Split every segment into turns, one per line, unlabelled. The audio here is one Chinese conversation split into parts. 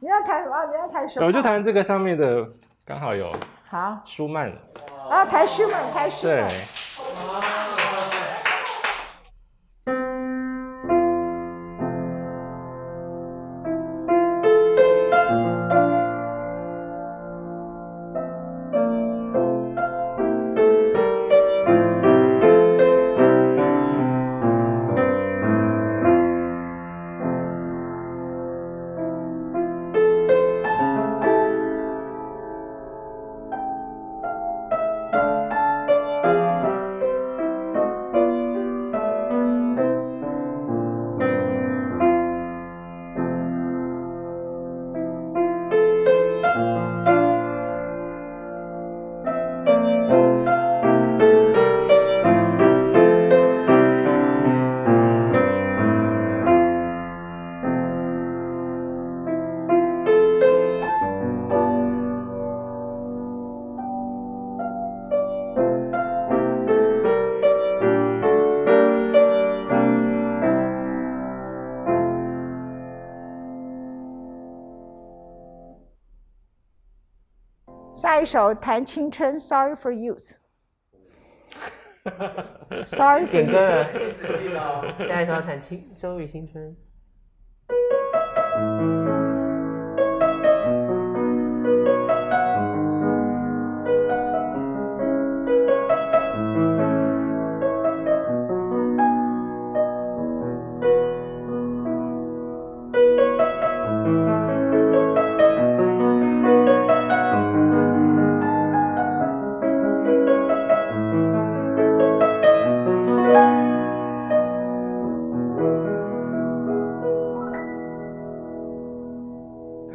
你要谈什么？你要谈什么？
我就谈这个上面的，刚好有
好
舒曼，
啊，谈舒曼，谈舒
对
哦
曼。，下一首谈青春，Sorry for Youth。Sorry for
点歌
Youth。
了，下一首要弹《青周与青春》。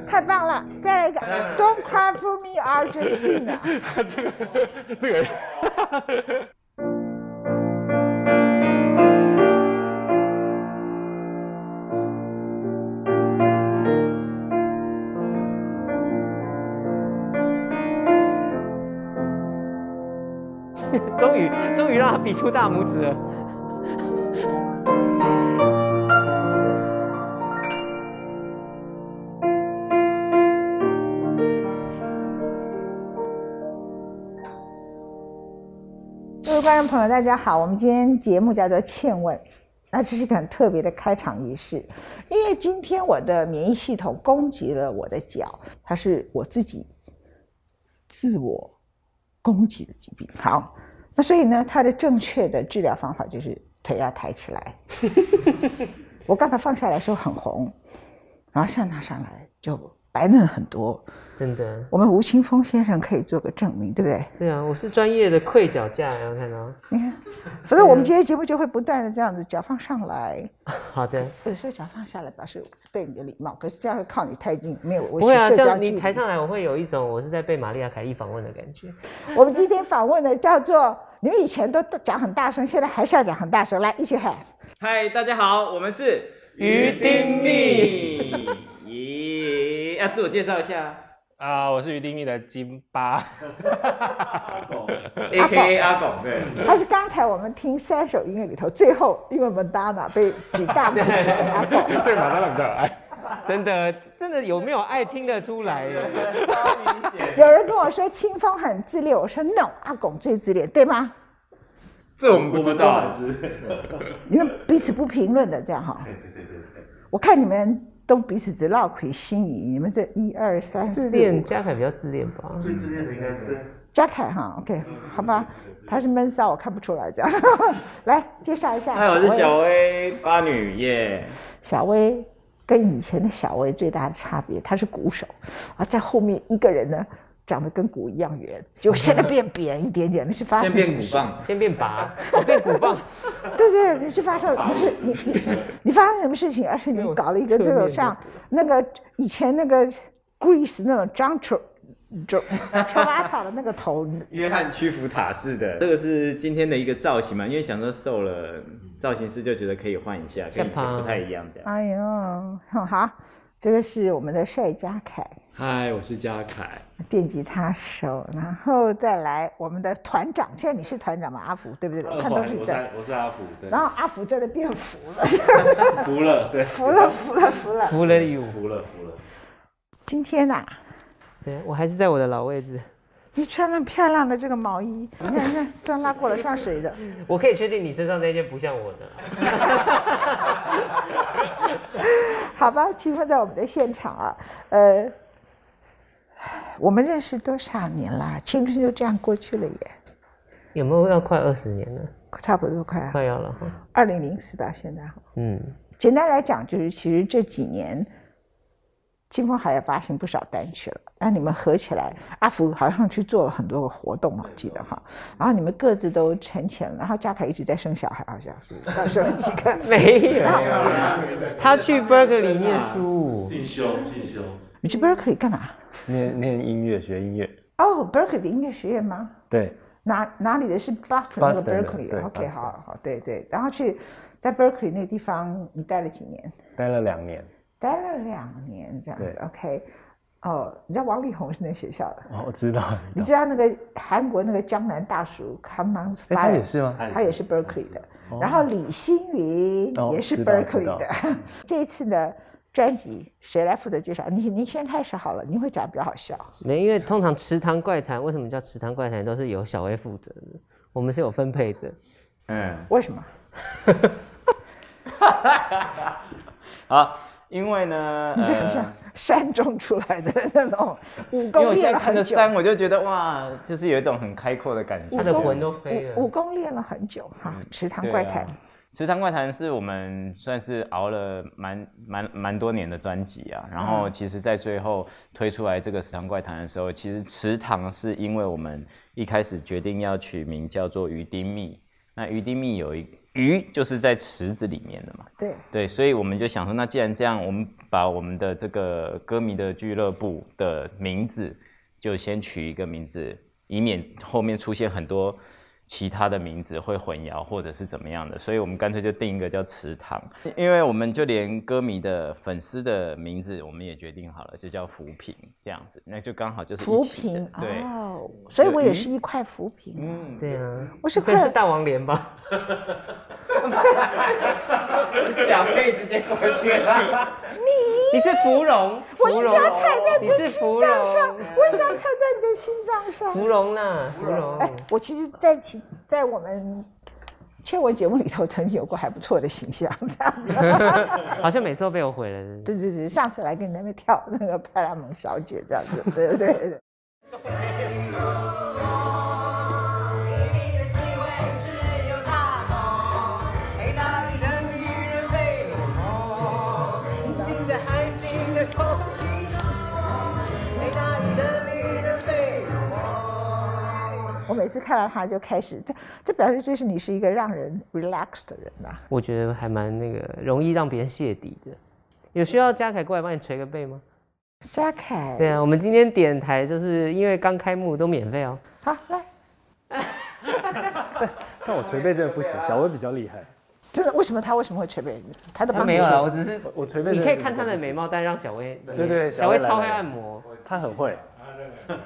太棒了！再来 一个，Don't cry for me, Argentina。
啊
这个 这个。
终于，终于让他比出大拇指了。
各位观众朋友，大家好，我们今天节目叫做《欠问》，那这是一个很特别的开场仪式，因为今天我的免疫系统攻击了我的脚，它是我自己自我攻击的疾病。好，那所以呢，它的正确的治疗方法就是腿要抬起来。我刚才放下来的时候很红，然后现在拿上来就白嫩很多。
真的，
我们吴青峰先生可以做个证明，对不对？
对啊，我是专业的溃脚架，有没有看到？
你看， 反正我们今天节目就会不断的这样子，脚放上来，
好的，
有时候脚放下来表示对你的礼貌，可是这样靠你太近，没有不
不会啊，这样你抬。上来，我会有一种我是在被玛丽亚凯莉访问的感 觉。
我们今天访问的叫做，你们以前都讲很大声，现在还是要讲很大声，来一起喊。
嗨，大家好，我们是
鱼丁
蜜。 咦，啊要自我介绍一下
啊、我是于丁密的金巴，
哦
，A K A 阿拱，对，
他是刚才我们听三首音乐里头最后，因为 Madonna 被举大拇指的阿 狗。
对马达朗的，哎，
真的，真的有没有爱听得出来？
超明显，
有人跟我说清风很自恋，我说 no，阿拱最自恋，对吗？
这我们不知道，
你们彼此不评论的这样哈。对对对对我看你们都彼此只绕回心仪，你们这一二三四
自
五
恋，嘉凯比较自恋吧。
加凯哈，OK，好吧，他是闷骚，我看不出来这样。 来介绍一下，
嗨，我是
哎小
小
薇
薇八女耶，
小薇。跟以前的小薇最大的差别，她是鼓手啊，在后面一个人呢，长得跟鼓一样圆，就现在变扁一点点，那是发生
先
什
变
么
鼓
事
棒，
先变拔，我变鼓棒，
对对，你是发生不是你你你发生什么事情，而是你
没有
搞了一个这
侧
种
面
像那个以前那个 Greece 那种 John Tr Tr Travolta 的那个头，
约翰屈服塔式的，这个是今天的一个造型嘛，因为想说瘦了，造型师就觉得可以换一下，跟以前不太一样这样。
哎呦，哼好，这个是我们的帅家凯
嗨，我是嘉凯，
电吉他手，然后再来我们的团长，现在你是团长嘛，阿福对不对？我看都是的。
我是阿福，对
然后阿福真的变服了，
服了，对，
服了，服了，服了。
服了有。
服了，服了。
今天呐、
对啊我还是在我的老位置。
你穿了漂亮的这个毛衣，你看你看，这样拉过来像谁的？
我可以确定你身上那件不像我的。
好吧，气氛在我们的现场啊，呃，我们认识多少年啦？青春就这样过去了耶，
有没有要快二十年了？
差不多快啊，
快要了哈。
二零零四到现在哈。
嗯，
简单来讲，就是其实这几年，金风好也发行不少单曲了。那你们合起来，阿福好像去做了很多个活动嘛，我记得哈。然后你们各自都成钱了，然后嘉凯一直在生小孩，好像是要生了几个。
没有，他去 Berkeley 念书。
进修进修，
你去 Berkeley 干嘛？
念念音乐，学音乐，
哦、b e r k e l e y 音乐学院吗？
对，
哪哪里的是 Boston 那
Boston
个
的对
Berkeley？OK，、
Boston
好好，对对。然后去在 Berkeley 那个地方，你待了几年？
待了两年。
待了两年这样子
对
，OK。哦，你知道王力宏是那学校的。
哦，我知道，哎
你知道那个韩国那个江南大叔 k a m a n Style，
他也是吗
他也是 Berkeley 的。然后李星云
哦
也是
知道
Berkeley
知道
的。这一次的专辑谁来负责介绍？你你先开始好了，你会讲比较好笑。
没，因为通常池塘怪谈为什么叫池塘怪谈，都是由小薇负责的，我们是有分配的。
嗯，
为什么？
好，因为呢，呃
你这很
呃
像山中出来的那种武
因为
功
我现
练
在
了
看
很
着
久，
山，我就觉得哇，就是有一种很开阔的感觉。
他的
嗯
魂都飞
武武
了。
功练了很久哈，
嗯
《池塘
对啊
怪谈》
池塘怪谈是我们算是熬了蛮蛮蛮多年的专辑啊，然
嗯
后其实，在最后推出来这个池塘怪谈的时候，其实池塘是因为我们一开始决定要取名叫做鱼丁蜜，那鱼丁蜜有一鱼就是在池子里面的嘛，
啊
对，
对，所以我们就想说，那既然这样，我们把我们的这个歌迷的俱乐部的名字就先取一个名字，以免后面出现很多其他的名字会混淆或者是怎么样的，所以我们干脆就定一个叫池塘，因为我们就连歌迷的粉丝的名字我们也决定好了，就叫浮萍这样子，那就刚好就是一
浮
起的
萍
对，
哦，所以我也是一块浮萍啊。
嗯，
对啊，
我是
应该
快
是大王莲吧？
小贝直接过去了。
你是芙蓉，
我
芙
一
蓉
脚踩在你
你
的
是
心
芙
脏上，
蓉，
我一脚踩在你的心脏上。
芙蓉啦，芙蓉。
哎，我其实在其在我们倩文节目里头曾经有过还不错的形象，这样子。
好像每次都被我毁了。对不对
对对对，上次来跟你那边跳那个派拉蒙小姐这样子，对对对对。
的气味只有他懂，哎，那里人与人飞舞，隐形的爱情的空气中，哎，那里人与人飞舞。
我每次看到她就开始，这这表示就是你是一个让人 relax 的人呐、
我觉得还蛮那个容易让别人泄底的。有需要嘉凯过来帮你捶个背吗？
嘉凯，
对啊，我们今天点台就是因为刚开幕都免费哦。
好来，
但我捶背
啊
真的不行，小薇比较厉害。
真的为什么他为什么会捶背你？他的帮
没
你
有啊
捶
啦，我只是
我我捶背
你
真
可以
是
看
比
她
较
的
不
美
行，
貌，但让小薇
对对
小
小
薇
薇
超会
来来
按摩。
她很会。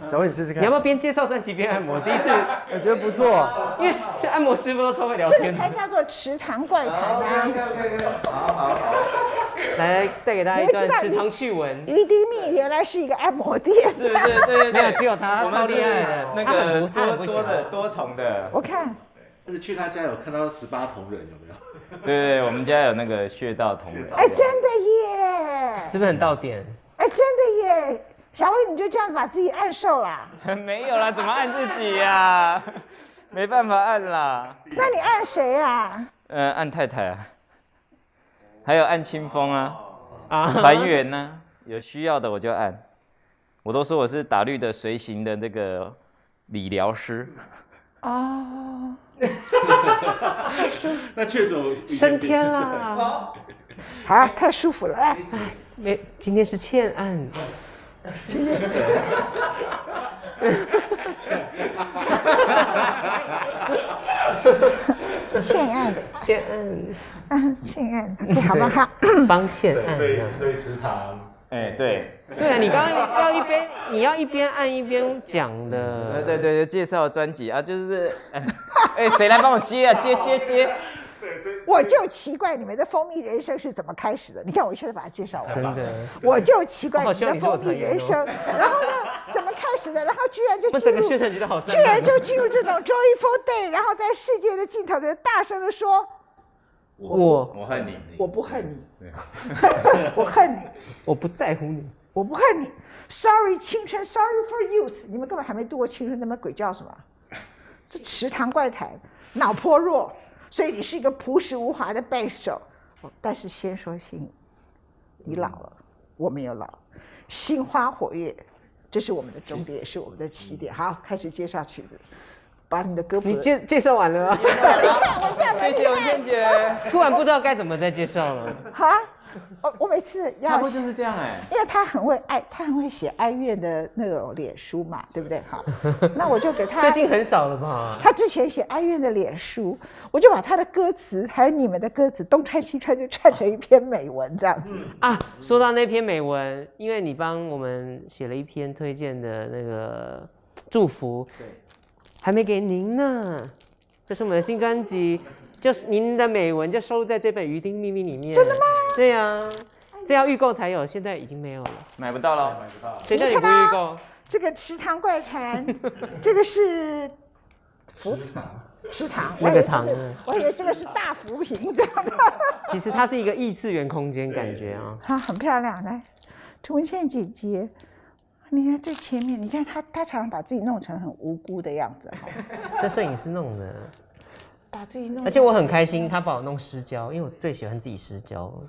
小薇，你试试看。
你要不要边介绍专辑边按摩？第一次，
我觉得不错。
因为是按摩师傅都超会聊
这个
天的。
才叫做池塘怪谈啊！
来带给大家一段池塘趣闻。
于丁密原来是一个按摩店，
对对对对，
没有，只有他，
我
他超
们是
厉害的。
那
他啊很
个
不他很
多
不喜
多
欢
的多重的，
我看
而且去他家有看到十八铜人有没有？
对对，我们家有那个穴道同人，
哎，真的耶！
是不是很到点？
哎，真的耶！小薇，你就这样子把自己按瘦啦？
没有啦，怎么按自己呀、 没办法按啦，
那你按谁啊？
呃，按太太啊，还有按清风啊，
啊
凡远呢，有需要的我就按，我都说我是打绿的随行的那个理疗师，
啊
哦，
那确实我以前
升天 啦！
好，太舒服了。哎来，
没，今天是欠按。
欠按的，
欠按，
嗯，欠按 的，对好不好？
帮欠按
所
这样
以。所以池塘
哎、对，
对啊，你刚刚要一边，你要一边按一边讲的。
对 对对，介绍专辑啊，就是，哎、谁来帮我接啊？接接接，
对，所以
我就奇怪你们的蜂蜜人生是怎么开始的？你看我一下子把它介绍完，
真的，
我就奇怪
好
你
希望
的
你是我
蜂蜜
团员
人
哦
生，然后呢怎么开始的？然后居然就
我们
进
整个
入
宣传局都好散
居
漫
然
哦
就进入这种 joyful day，然后在世界的尽头的大声的说
我
我恨你，
我不恨你， 我恨你，
我不在乎你，
我不恨你，sorry 青春，sorry for youth，你们根本还没度过青春，那么鬼叫什么？这池塘怪谈，脑颇弱，所以你是一个朴实无华的贝斯手。哦但是先说心里，你老了，我没有老，心花火月，这是我们的终点，也是我们的起点。好，开始介绍曲子，把你的歌谱
你。介介绍完 了吗？
谢谢文倩 姐，
突然不知道该怎么再介绍了。
好啊，我我每 次
差
要
不多就是这样哎。
因为他很会爱，他很会写哀乐的那种脸书嘛， 对不对？好，那我就给他
最近很少了吧？
他之前写哀乐的脸书，我就把他的歌词还有你们的歌词东串西串，就串成一篇美文这样子。
啊，说到那篇美文，因为你帮我们写了一篇推荐的那个祝福，对，还没给您呢。这是我们的新专辑，就是您的美文就收录在这本《鱼丁秘密》里面。真的吗？对呀、这要预购才有，现在已经没有了。
买不到了，
谁叫你不
你看啊
预购？
这个池塘怪谈， 这个是浮池塘，
那
我以
个
为这
塘
是
啊
我以为这个是大浮萍 这样的，
其实它是一个异次元空间感觉啊。
啊，很漂亮来，陈文倩姐姐。你看最前面，你看她，她常常把自己弄成很无辜的样 子，哈
那摄影师弄的，
把自己弄成。
而且我很开心，他把我弄失焦，因为我最喜欢自己失焦了，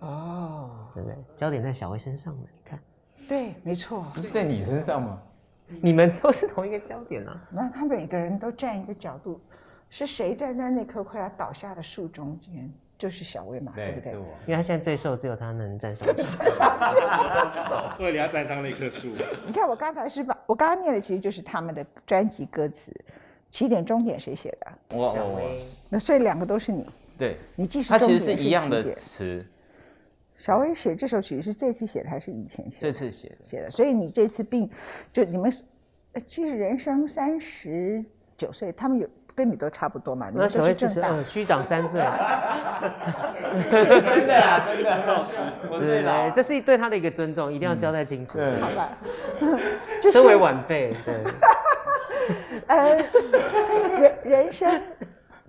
哦，
对不对？焦点在小薇身上嘛，你看，
对，没错。
不是在你身上吗？
你们都是同一个焦点啊。
那他每个人都站一个角度，是谁站在那棵快要倒下的树中间？就是小薇嘛，对不对？
因为他现在最瘦，只有他能站上去。
为了要站上那棵树，
你看我刚才是把我刚刚念的，其实就是他们的专辑歌词，起点终点谁写的？
我我我，
那所以两个都是你，
对，
你既是
它
终
其
点
实是一
也
样
是起
的
点
词，
小薇写这首曲是这次写的还是以前写的？
这次写的，
写的，所以你这次并就你们，呃其实人生三十九岁，他们有跟你都差不多嘛，你
我说
们
小
都
薇
是
四十
正大
二，虚长三岁。啊
真的啊，真的，我嗯
对对对，这是对他的一个尊重，一定要交代清楚。
对
好吧？
身为晚辈， 对，
呃，人人生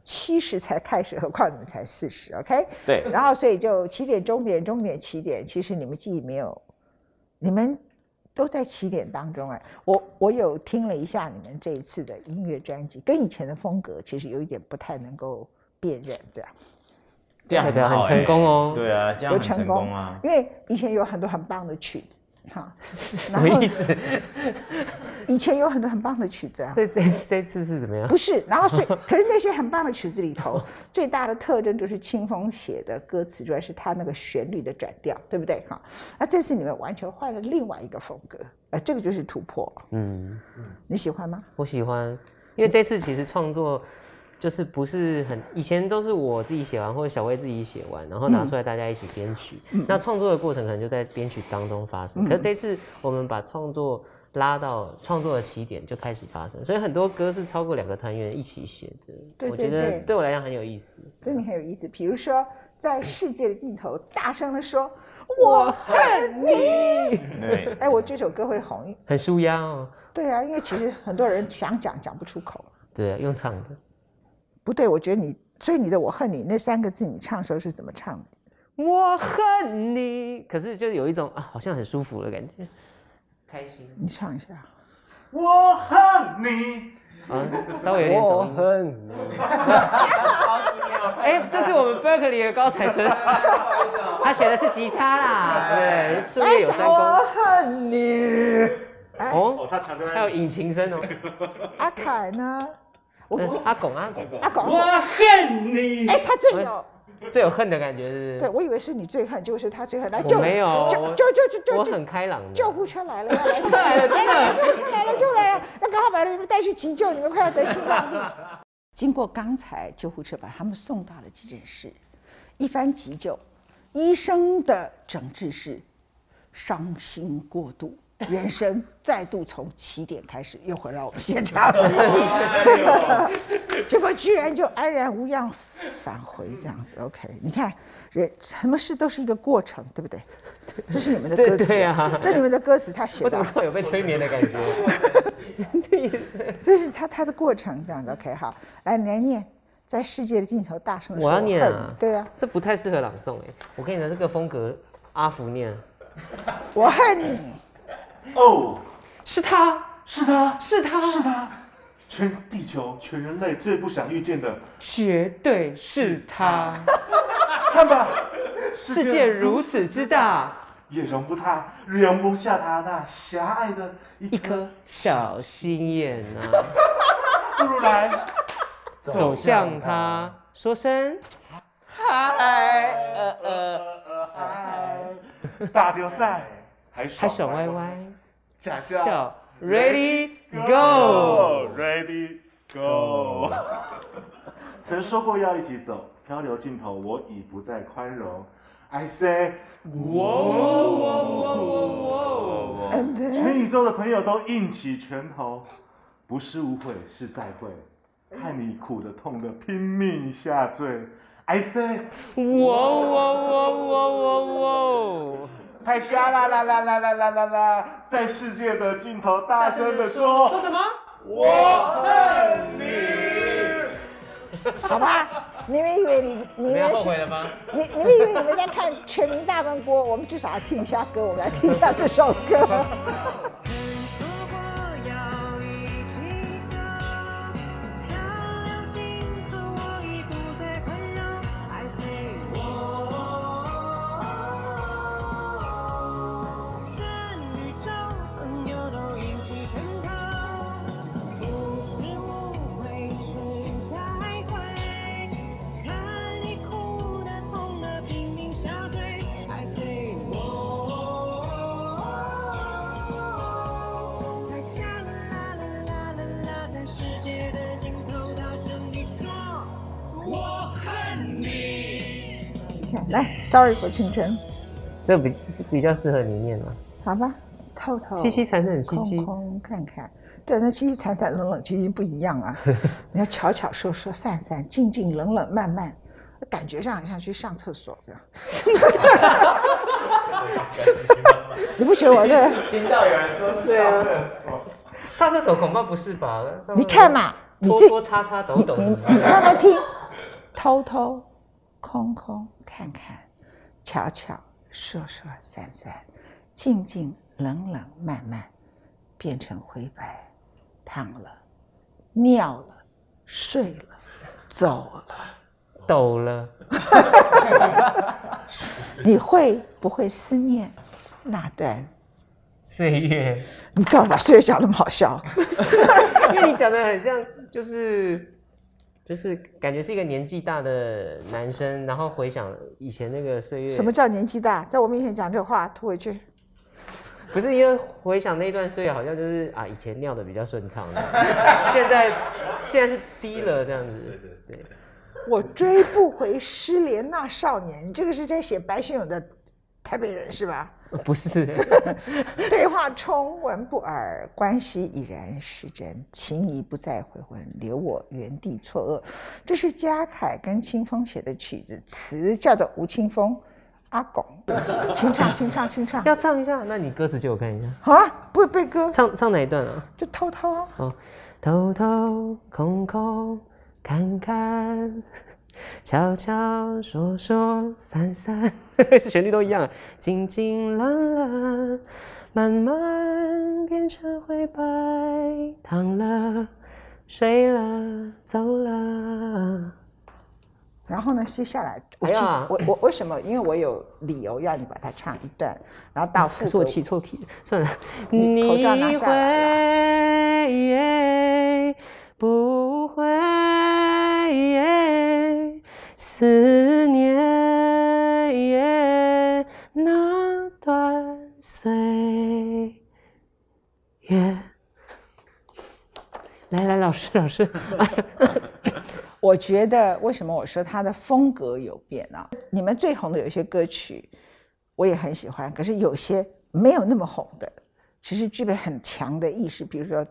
七十才开始，何况你们才四十，OK？
对
然后所以就起点、终点、终点、起点，其实你们记忆没有，你们都在起点当中哎。我我有听了一下你们这一次的音乐专辑，跟以前的风格其实有一点不太能够辨认，这样
这样
代表很
好哎
成功哦
对啊，这样
有
很成功啊，
因为以前有很多很棒的曲子，哈，
什么意思？
以前有很多很棒的曲子啊。
所以这这次是怎么样？
不是，然后所以，可是那些很棒的曲子里头，最大的特征就是清风写的歌词，主要是他那个旋律的转调，对不对？哈，那这次你们完全换了另外一个风格，呃，这个就是突破，
嗯，
你喜欢吗？
我喜欢，因为这次其实创作就是不是很，以前都是我自己写完或者小薇自己写完，然后拿出来大家一起编曲。那创作的过程可能就在编曲当中发生，可是这次我们把创作拉到创作的起点就开始发生，所以很多歌是超过两个团员一起写的。
对
我
对
觉得
对
对我来讲很有意思。
所以你很有意思，比如说在世界的尽头，大声的说“我恨你
对”，，
哎，我这首歌会红，
很舒压哦。
对啊，因为其实很多人想讲讲不出口，
对，用唱的。
不对，我觉得你，所以你的“我恨你”那三个字，你唱的时候是怎么唱的？
我恨你，可是就有一种啊，好像很舒服的感觉，开心
你唱一下。
我恨你。
啊，稍微有点
我
走音。
恨你，
哎、这是我们 Berkeley 的高材生，他写的是吉他啦，对，术业有专
哎
攻。
恨你。
哦，
哎
哦，
他常常
还有引擎声哦，
阿凯呢？我
嗯阿拱阿拱，
阿狗，
恨你。
哎，他最有，
最有恨的感觉是
对
不
我哎以为是你最恨，结果是他最恨。来
我
救
没有
救
我
救救救
是？
救！
我很开朗的，
救护车来了，要来
车来了真的
救护车来了，救护车来了！要赶快把你们带去急救，你们快要得心脏病。 经过刚才救护车把他们送到了急诊室，一番急救，医生的诊治是伤心过度，人生再度从起点开始，又回到我们现场，
哎
结果居然就安然无恙返回这样
嗯
子。OK，你看，人什么事都是一个过程，对不对？这是你们的歌词，
对对啊
这是你们的歌词，他写
我怎
的
么突然有被催眠的感觉？对，
这是他他的过程这样
嗯
子。OK，好，来你来念，在世界的尽头大声地说
我要念啊
恨对啊，
这不太适合朗诵哎。我跟你讲，这个风格阿福念
我恨你，
哦，
是他，
是他，
是他
是他，全地球、全人类最不想遇见的。
绝对是他。
看吧，
世界如此之大，
也容不他，容不下他那狭隘的一
一
颗
颗小心眼啊，
不如来。
走向他，说声嗨，呃呃，
呃嗨，大丢赛还
还爽歪，歪，
假笑
笑，Ready Go。
Go，Ready Go。曾说过要一起走，漂流尽头，我已不再宽容。I say，哇！
嗯
全宇宙的朋友都硬起拳头，不是误会，是再会。看你苦的、痛的，拼命下坠。I say，
哇哇哇哇哇哇！
太瞎啦啦啦啦啦啦啦啦，在世界的尽头大声的说，说什么？我恨你。
好吧？你们以为你你
你
们
要后
是
悔了吗？
你你们以为你们在看《全民大闷锅》，我们至少要听一下歌，我们来听一下这首 歌。
曾说过要一起走，漂流尽头我已不再困扰。I say 我，全宇宙朋友都一起拳头，不是误会是再会，看你哭的痛的拼命笑对。I say 我，太傻啦啦啦啦啦，在世界的尽头大声地说，我恨你。
来，Sorry for 青春，
这比这比较适合啊你念了。
好吧？透透，
凄凄惨惨戚戚
空空看看。对，那凄凄惨惨冷冷其实不一样 啊，你要巧巧说说散散，静静冷冷慢慢，感觉上很像去上厕所这样。 你不觉得我这？
听到有人说对啊，上厕所恐怕不是吧？
你看，嘛，你
拖
自
拖擦擦抖
你
抖，
你你慢慢听，偷偷、空空、看看、瞧瞧、说说、散散、静静、冷冷、慢慢，变成灰白，烫了，尿了，睡了，走了。
抖了。
你会不会思念那段？
岁月，
你干嘛把岁月讲那么好 笑？
因为你讲的很像，就是就是感觉是一个年纪大的男生，然后回想以前那个岁月，
什么叫年纪大？在我面前讲这话，吐回去。
不是因为回想那段岁月，好像就是啊，以前尿的比较顺 畅，现在现在是低了这样子，对
我追不回失联那少年，你这个是在写白先勇的《台北人》是吧？
呃不是，
对话充文不耳，关系已然失真，情谊不再回魂，留我原地错愕。这是嘉凯跟清风写的曲子，词叫做吴青峰，阿拱，清唱清唱清唱
要唱一下，那你歌词借我看一下，
啊，不会背歌
唱唱哪一段啊？
就偷偷啊，
哦，偷偷空空看看，悄悄说说散散， 旋律都一样，静静冷冷，慢慢变成灰白，躺了，睡了，走了。
然后呢，接下来我
哎
其实
呀
我我为什么？因为我有理由要你把它唱一段，然后到副
啊可是我
歌
起错 key，算了。
你口罩拿下
会不会思念那段岁月？来来，老师老师，哎呀
我觉得为什么我说他的风格有变啊？你们最红的有一些歌曲，我也很喜欢，可是有些没有那么红的，其实具备很强的意识，比如说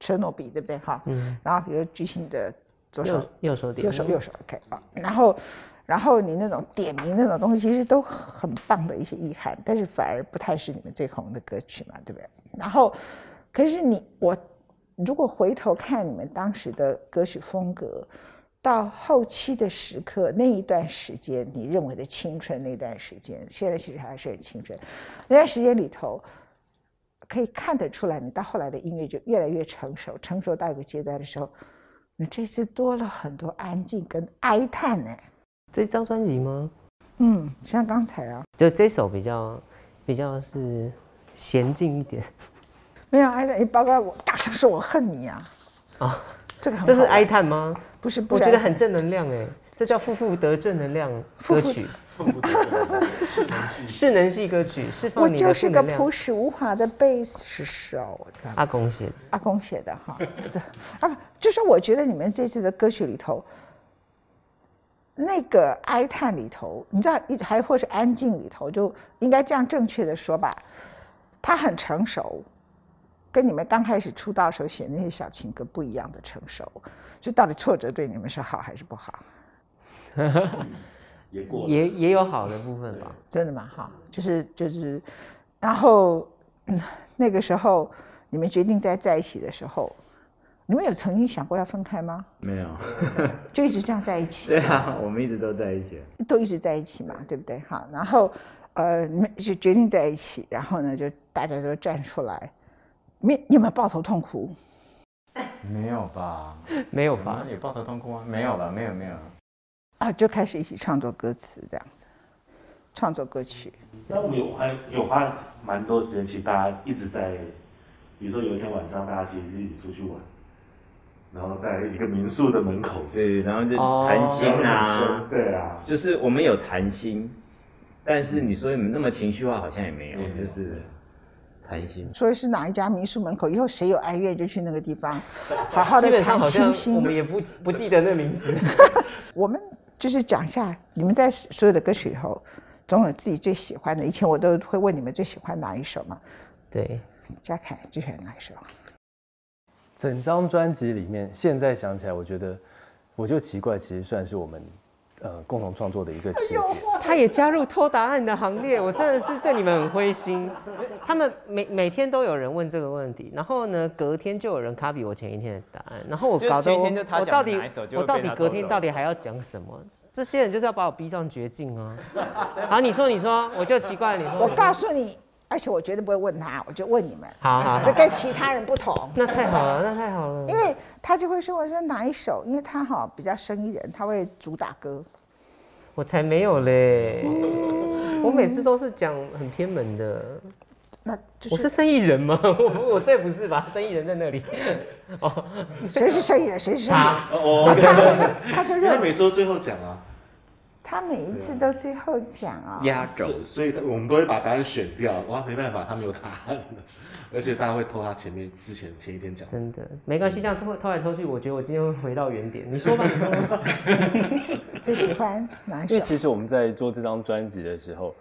车诺比，对不对？哈，
嗯，
然后比如巨星的左手
右右手点，
右手右手 OK 啊，然后然后你那种点名那种东西，其实都很棒的一些意涵，但是反而不太是你们最红的歌曲嘛，对不对？然后，可是你我如果回头看你们当时的歌曲风格，到后期的时刻那一段时间，你认为的青春那段时间，现在其实还是很青春，那段时间里头。可以看得出来，你到后来的音乐就越来越成熟，成熟到一个阶段的时候，你这次多了很多安静跟哀叹呢、
这张专辑吗？
嗯，像刚才啊，
就这首比较比较是娴静一点
没有哀叹，哎包括我大声说我恨你啊，
啊，
这个很
这是
好玩
哀，叹吗？
不是，不
我
是
觉得
哀
很正能量哎，这叫负负得正能量歌曲，
父母的是能系，
势能系歌曲，释
我
放你
就
的
是
负
个
能量
朴。实无华的贝斯手，这样
阿公写的，
阿公写的哈， 对啊，不就是我觉得你们这次的歌曲里头，那个哀叹里头，你知道，一还或是安静里头，就应该这样正确的说吧，他很成熟，跟你们刚开始出道的时候写那些小情歌不一样的成熟，就到底挫折对你们是好还是不好？
也过了。
也也有好的部分吧。
真的吗？哈，就是就是，然后、嗯那个时候你们决定在在一起的时候，你们有曾经想过要分开吗？
没有，
就一直这样在一起，
对啊，我们一直都在一起。
都一直在一起嘛，对不对？好，然后呃，你们就决定在一起，然后呢，就大家都站出来，没你有没有抱头痛哭？
没有吧？
没有
有
吧？？
有抱头痛哭吗？没有吧？没有没有。
啊，就开始一起创作歌词这样子，创作歌曲。
但我们有花有花蛮多时间，其实大家一直在，比如说有一天晚上，大家其实是一起出去玩，然后在一个民宿的门口，
对，然后就
哦
谈心啊
生，对啊，
就是我们有谈心，但是你说你们那么情绪化，好像也没有，就是谈心。
所以是哪一家民宿门口？以后谁有哀怨就去那个地 方，好好
基
的
本上
谈
好像
清
我
心。
们也不不记得那 名字。
我们就是讲一下，你们在所有的歌曲以后，总有自己最喜欢的。以前我都会问你们最喜欢哪一首嘛？
对，
嘉凯最喜欢哪一首？
整张专辑里面，现在想起来，我觉得我就奇怪，其实算是我们呃共同创作的一个起点。
他也加入偷答案的行列，我真的是对你们很灰心。他们每每天都有人问这个问题，然后呢，隔天就有人卡比我前一天的答案，然后我
就是
搞得
前一
我
天就他
我
讲
到
的
底
哪一首就
我
会
到
被
底
他
隔
偷
天
走
到底还要讲什么？这些人就是要把我逼上绝境 啊！好，你说你说，我就奇怪了你说。
我
你说
告诉你，而且我绝对不会问他，我就问你们，
好好
这
好，
跟其他人不同。
那太好了，那太好了。
因为他就会说我是哪一首，因为他哈、比较生意人，他会主打歌。
我才没有嘞，我每次都是讲很偏门的。
那就
我是生意人吗？ 我我最不是吧？生意人在那里。 哦，
谁是生意人，谁是生意人，
哦，
他就
因为
认
每周最后讲啊，
他每一次都最后讲啊、
压轴，
所所以我们都会把答案选掉，哇，没办法，他没有答案了，而且大家会偷他前面之前前一天讲的，
真的没关系，这样偷偷来偷去，我觉得我今天会回到原点。你说吧，你 说吧。
最喜欢 哪
因
一
为
首？
其实我们在做这张专辑的时候，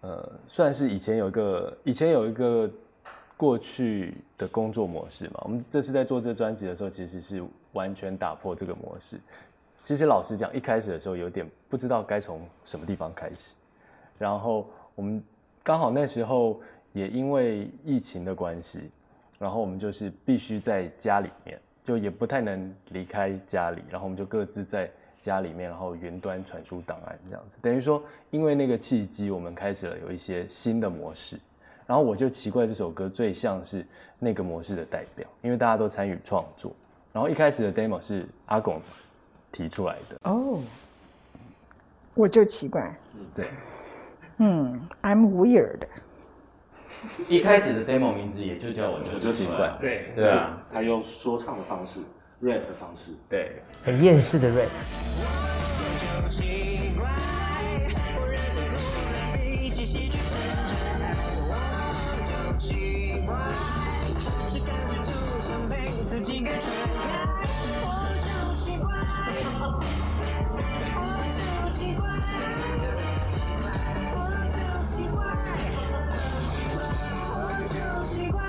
呃，算是以前有一个以前有一个过去的工作模式嘛。我们这次在做这专辑的时候，其实是完全打破这个模式。其实老实讲，一开始的时候有点不知道该从什么地方开始。然后我们刚好那时候也因为疫情的关系，然后我们就是必须在家里面，就也不太能离开家里，然后我们就各自在家里面，然后云端传输档案这样子。等于说，因为那个契机，我们开始了有一些新的模式。然后我就奇怪这首歌最像是那个模式的代表，因为大家都参与创作。然后一开始的 demo 是阿拱提出来的，
哦，我就奇怪，
对，
嗯，I'm weird，
一开始的 demo 名字也就叫我就奇怪，
对
对啊，
他用说唱的方式，rap 的方式，
对，
很厌世的 rap，
奇怪，我就奇怪。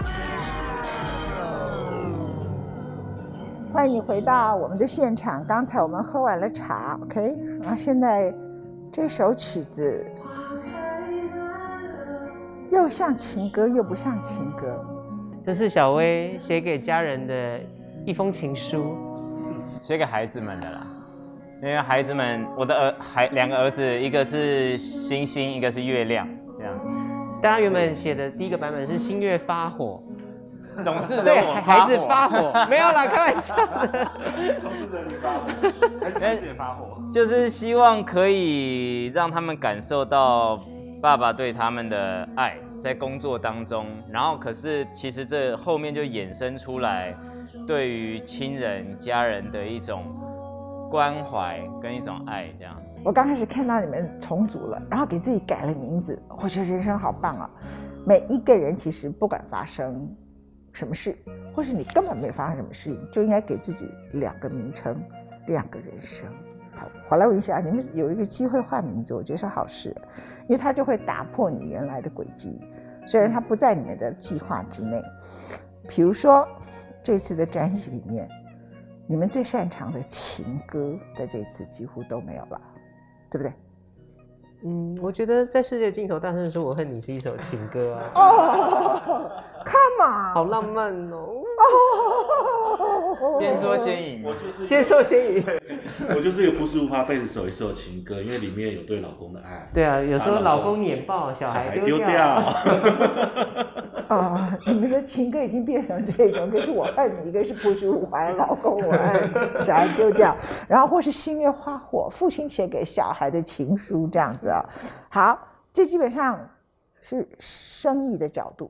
欢迎你回到我们的现场。刚才我们喝完了茶，OK，然后现在这首曲子又像情歌又不像情歌。
这是小薇写给家人的一封情书。
写给孩子们的啦。因为孩子们，我的儿孩两个儿子，一个是星星，一个是月亮，这样
大家原本写的第一个版本是星月发火，
总是惹
对，
我
孩子
火
发火，没有啦，开玩笑的。
还是自己发火？
就是希望可以让他们感受到爸爸对他们的爱，在工作当中。然后，可是其实这后面就衍生出来对于亲人、家人的一种关怀跟一种爱，这样子。
我刚开始看到你们重组了，然后给自己改了名字，我觉得人生好棒啊！每一个人其实不管发生什么事，或是你根本没发生什么事情，就应该给自己两个名称，两个人生。好，后来我一想，你们有一个机会换名字，我觉得是好事，因为它就会打破你原来的轨迹，虽然它不在你们的计划之内。比如说这次的专辑里面，你们最擅长的情歌，在这次几乎都没有了。对不对？
嗯，我觉得在世界尽头大声说我恨你是一首情歌啊，
哦
好
，Come on！
浪漫哦。
先说先赢，
我就是
先说先赢。
我就是一个朴实无华贝斯手一首情歌，因为里面有对老公的爱，
对啊，有时候
把老
老公碾爆，小
小
孩
孩丢
丢掉。
哦，你们的情歌已经变成这种，一个是我爱你，一个是不知无怀，老公我爱你，小孩丢掉，然后或是星月花火，父亲写给小孩的情书这样子啊。好，这基本上是生意的角度。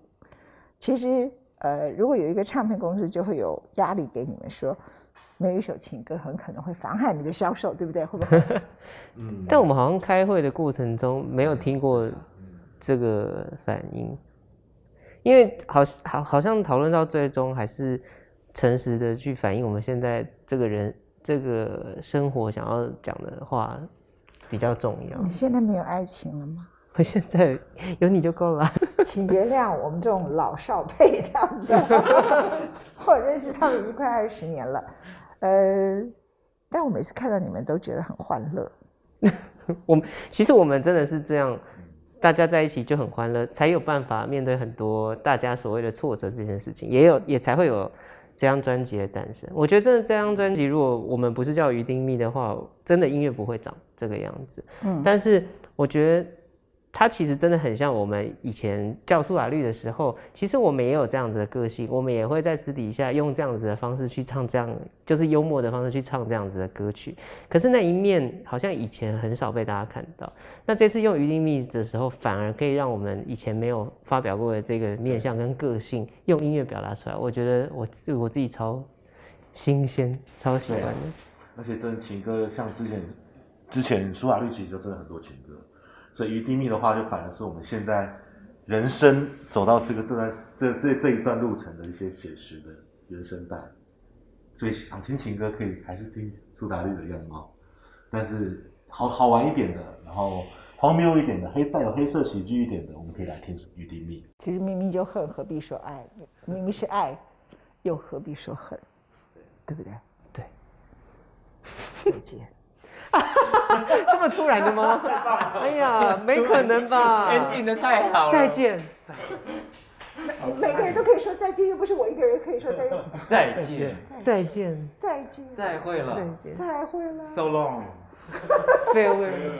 其实，呃，如果有一个唱片公司，就会有压力给你们说，没有一首情歌很可能会妨害你的销售，对不对？会不会？
嗯，
但我们好像开会的过程中没有听过这个反应，因为好好好像讨论到最终还是诚实的去反映我们现在这个人这个生活想要讲的话比较重要
你。现在没有爱情了吗？
我现在有你就够了。
请原谅我们这种老少配这样子。 我认识他们已经快二十年了，呃，但我每次看到你们都觉得很欢乐。
我们其实我们真的是这样，大家在一起就很欢乐，才有办法面对很多大家所谓的挫折这件事情，也有也才会有这张专辑的诞生。我觉得真的这张专辑，如果我们不是叫于丁密的话，真的音乐不会长这个样子。
嗯
但是我觉得它其实真的很像我们以前教苏打绿的时候，其实我们也有这样子的个性，我们也会在私底下用这样子的方式去唱这样，就是幽默的方式去唱这样子的歌曲。可是那一面好像以前很少被大家看到，那这次用余丁密的时候，反而可以让我们以前没有发表过的这个面相跟个性，用音乐表达出来。我觉得我自我自己超新鲜，超喜欢的。
而且真的情歌，像之前之前苏打绿其实就真的很多情歌，所以于丁密的话就反而是我们现在人生走到这个这段这这这一段路程的一些写实的原声带，所以想听情歌可以还是听苏打绿的样貌，但是好好玩一点的，然后荒谬一点的，黑带有黑色喜剧一点的，我们可以来听于丁密。
其实明明就恨，何必说爱？明明是爱，又何必说恨？对不对？
对，
再见。
啊这么突然的吗？哎呀，没可能 吧
ending 的太好了。
再，见。
每个人都可以说再见，又不是我一个人可以说再 见。
再见，
再见，
再见，
再会了
再见
再会了。
，so long。
，farewell。